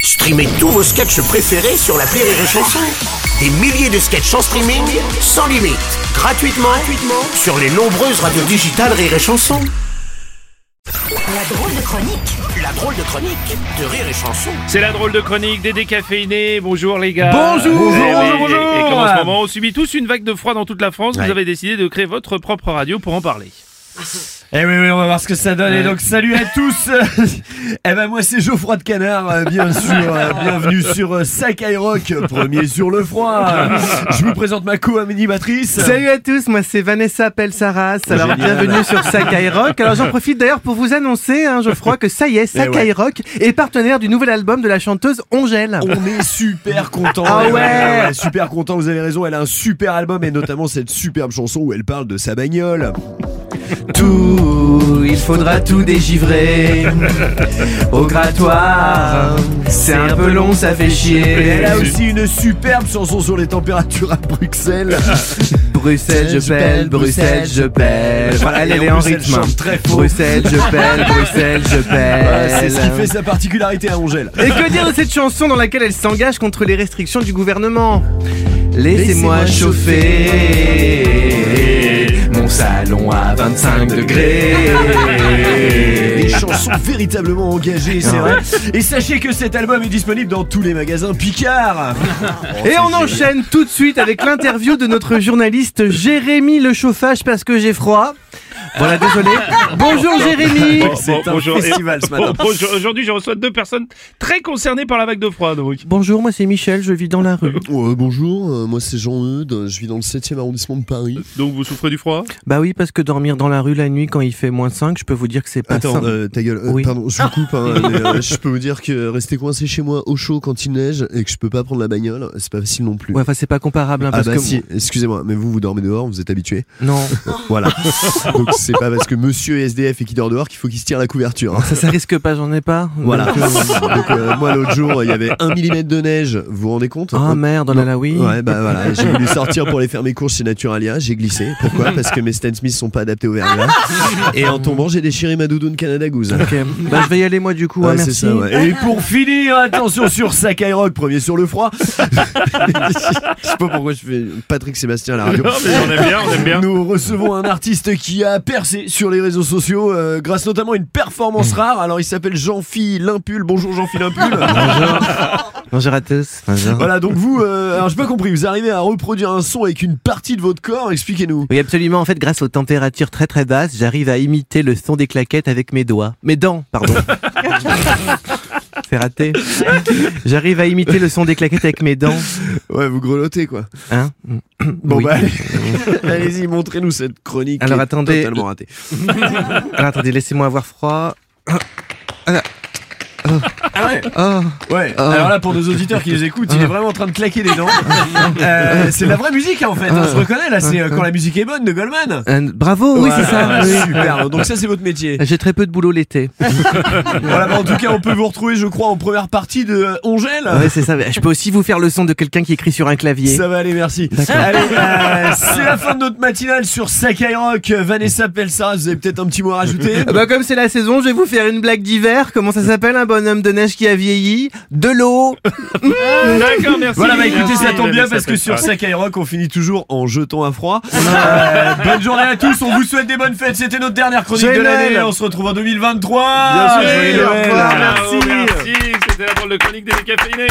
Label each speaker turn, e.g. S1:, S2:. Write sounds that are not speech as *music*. S1: Streamez tous vos sketchs préférés sur la Rire et Chanson. Des milliers de sketchs en streaming, sans limite, gratuitement, gratuitement sur les nombreuses radios digitales Rire et Chanson.
S2: La drôle de chronique.
S1: La drôle de chronique de Rire et Chanson.
S3: C'est la drôle de chronique des décaféinés. Bonjour les gars.
S4: Bonjour,
S3: Eh
S4: bonjour,
S3: oui,
S4: bonjour,
S3: Et, et
S4: bonjour.
S3: comme en ce moment on subit tous une vague de froid dans toute la France, vous avez décidé de créer votre propre radio pour en parler.
S4: Eh oui, oui, on va voir ce que ça donne. Et donc, salut à tous.
S5: *laughs*
S4: eh ben, moi, c'est Geoffroy de Canard, euh, bien sûr. euh, bienvenue sur euh, Sakai Rock, premier sur le froid. Euh, Je vous présente ma co-animatrice.
S5: Salut à tous, moi c'est Vanessa Pelsaras. Alors
S4: Génial.
S5: bienvenue sur Sakai Rock. Alors j'en profite d'ailleurs pour vous annoncer, hein, Geoffroy, que ça y est, Sakai
S4: ouais.
S5: Rock est partenaire du nouvel album de la chanteuse Ongèle.
S4: On est super content.
S5: Ah ouais.
S4: Super content, vous avez raison. Elle a un super album et notamment cette superbe chanson où elle parle de sa bagnole.
S5: Tout, il faudra tout *laughs* dégivrer au grattoir. C'est un peu long, ça fait chier.
S4: Elle a aussi une superbe chanson sur les températures à
S5: *laughs*
S4: Bruxelles.
S5: Bruxelles, je pèle, Bruxelles, je pèle. Voilà, elle, elle
S4: Et
S5: est
S4: en
S5: en
S4: plus, elle
S5: rythme. hein.
S4: chante très faux.
S5: Bruxelles, je pèle, Bruxelles, *laughs* je
S4: Euh,
S5: pèle.
S4: C'est ce qui fait sa particularité à
S5: *laughs*
S4: Angèle.
S5: Et que dire de cette chanson dans laquelle elle s'engage contre les restrictions du gouvernement Laissez-moi chauffer mon salon à
S4: Des
S5: 25 degrés.
S4: chansons véritablement engagées, c'est
S5: Ah
S4: vrai. Et sachez que cet album est disponible dans tous les magasins Picard.
S5: Et on enchaîne tout de suite avec l'interview de notre journaliste Jérémy Le Chauffage parce que j'ai froid. Voilà, désolé. Bonjour Jérémy.
S4: c'est un
S3: et-
S4: festival, ce matin.
S3: *laughs* bon, bonjour. Aujourd'hui, je reçois deux personnes très concernées par la vague de froid. Donc.
S5: Bonjour, moi c'est Michel, je vis dans la rue.
S6: Ouais, bonjour, euh, moi c'est Jean-Eudes, euh, je vis dans le 7 e arrondissement de Paris.
S3: Donc, vous souffrez du froid
S5: Bah oui, parce que dormir dans la rue la nuit quand il fait moins 5, je peux vous dire que c'est pas
S6: Attends,
S5: simple.
S6: euh, ta gueule, euh,
S5: Oui.
S6: pardon, je vous coupe, hein, mais, *laughs* euh, je peux vous dire que rester coincé chez moi au chaud quand il neige et que je peux pas prendre la bagnole, c'est pas facile non plus.
S5: Ouais, enfin c'est pas comparable hein,
S6: Ah
S5: parce
S6: bah
S5: que
S6: si, excusez-moi, mais vous, vous dormez dehors, vous êtes
S5: *laughs*
S6: habitué.
S5: non. *laughs*
S6: Voilà. Donc c'est pas parce que monsieur est SDF et qu'il dort dehors qu'il faut qu'il se tire la couverture. hein.
S5: Ça, ça risque pas, j'en ai pas.
S6: Voilà. *laughs*
S5: Donc, euh,
S6: Donc euh, moi l'autre jour, il y avait un millimètre de neige, vous vous rendez compte
S5: Ah
S6: Euh,
S5: merde, oh là là, oui.
S6: Ouais, bah voilà, j'ai voulu sortir pour aller faire mes courses chez Naturalia, j'ai glissé.
S4: *laughs*
S6: Pourquoi Parce que mes Stan Smith sont pas adaptés au verglas. Et en tombant, j'ai déchiré ma doudoune Canada Goose.
S5: Ok, bah je vais y aller moi du coup, hein,
S6: Ouais,
S5: merci.
S6: c'est ça, ouais.
S4: Et pour finir, attention sur Sakai Rock, premier sur
S6: *laughs*
S4: le froid.
S6: Je sais pas pourquoi je fais Patrick Sébastien à la radio.
S3: Non, Ah, mais on aime bien, on aime bien.
S4: Nous recevons un artiste qui a percé sur les réseaux sociaux euh, grâce notamment à une performance rare. Alors il s'appelle Jean-Phi Limpul. Bonjour Jean-Phi Limpul.
S5: Bonjour à tous.
S4: voilà, donc vous, euh, alors j'ai pas compris, vous arrivez à reproduire un son avec une partie de votre corps, expliquez-nous.
S5: Oui, absolument. En fait, grâce aux températures très très basses, j'arrive à imiter le son des claquettes avec mes doigts. Mes dents,
S6: *laughs*
S5: pardon. C'est raté. J'arrive à imiter le son des claquettes avec mes dents.
S6: Ouais, vous grelottez quoi.
S5: Hein
S6: Bon
S5: Oui.
S6: bah allez-
S4: *laughs*
S6: allez-y, montrez-nous cette chronique.
S5: Alors,
S6: qui est
S5: attendez.
S6: Totalement ratée.
S5: Alors, Ah, attendez, laissez-moi avoir froid. Oh.
S4: Ouais, alors là pour nos auditeurs qui les écoutent, il est vraiment en train de claquer *laughs* des dents. Euh, c'est de la vraie musique hein, en fait, on se reconnaît là, c'est euh, quand la musique est bonne de Goldman.
S5: Euh, bravo, oui, c'est ça.
S4: Voilà,
S5: oui.
S4: Super, donc ça c'est votre métier.
S5: J'ai très peu de boulot l'été.
S4: Voilà, bah, en tout cas on peut vous retrouver je crois en première partie de euh, Ongel.
S5: Ouais, c'est ça. Je peux aussi vous faire le son de quelqu'un qui écrit sur un clavier.
S4: Ça va aller, merci.
S5: D'accord.
S4: Allez, euh, c'est la fin de notre matinale sur Sakai Rock. Vanessa Pelsaras, vous avez peut-être un petit mot à rajouter
S5: Ah Bah comme c'est la saison, je vais vous faire une blague d'hiver. Comment ça s'appelle un bonhomme de neige qui a vieilli De l'eau.
S3: D'accord, merci.
S4: Voilà, bah écoutez,
S3: Merci,
S4: ça tombe bien
S3: Vanessa
S4: parce que sur
S3: Pellerin.
S4: Sakai Rock, on finit toujours en jetant à froid. Euh, bonne journée à tous, on vous souhaite des bonnes fêtes. C'était notre dernière chronique de
S5: Génial.
S4: l'année. On se retrouve en 2023.
S3: Oui,
S4: Joyeux
S3: au
S4: Noël.
S3: revoir. Merci. C'était la drôle de chronique des décaféinés.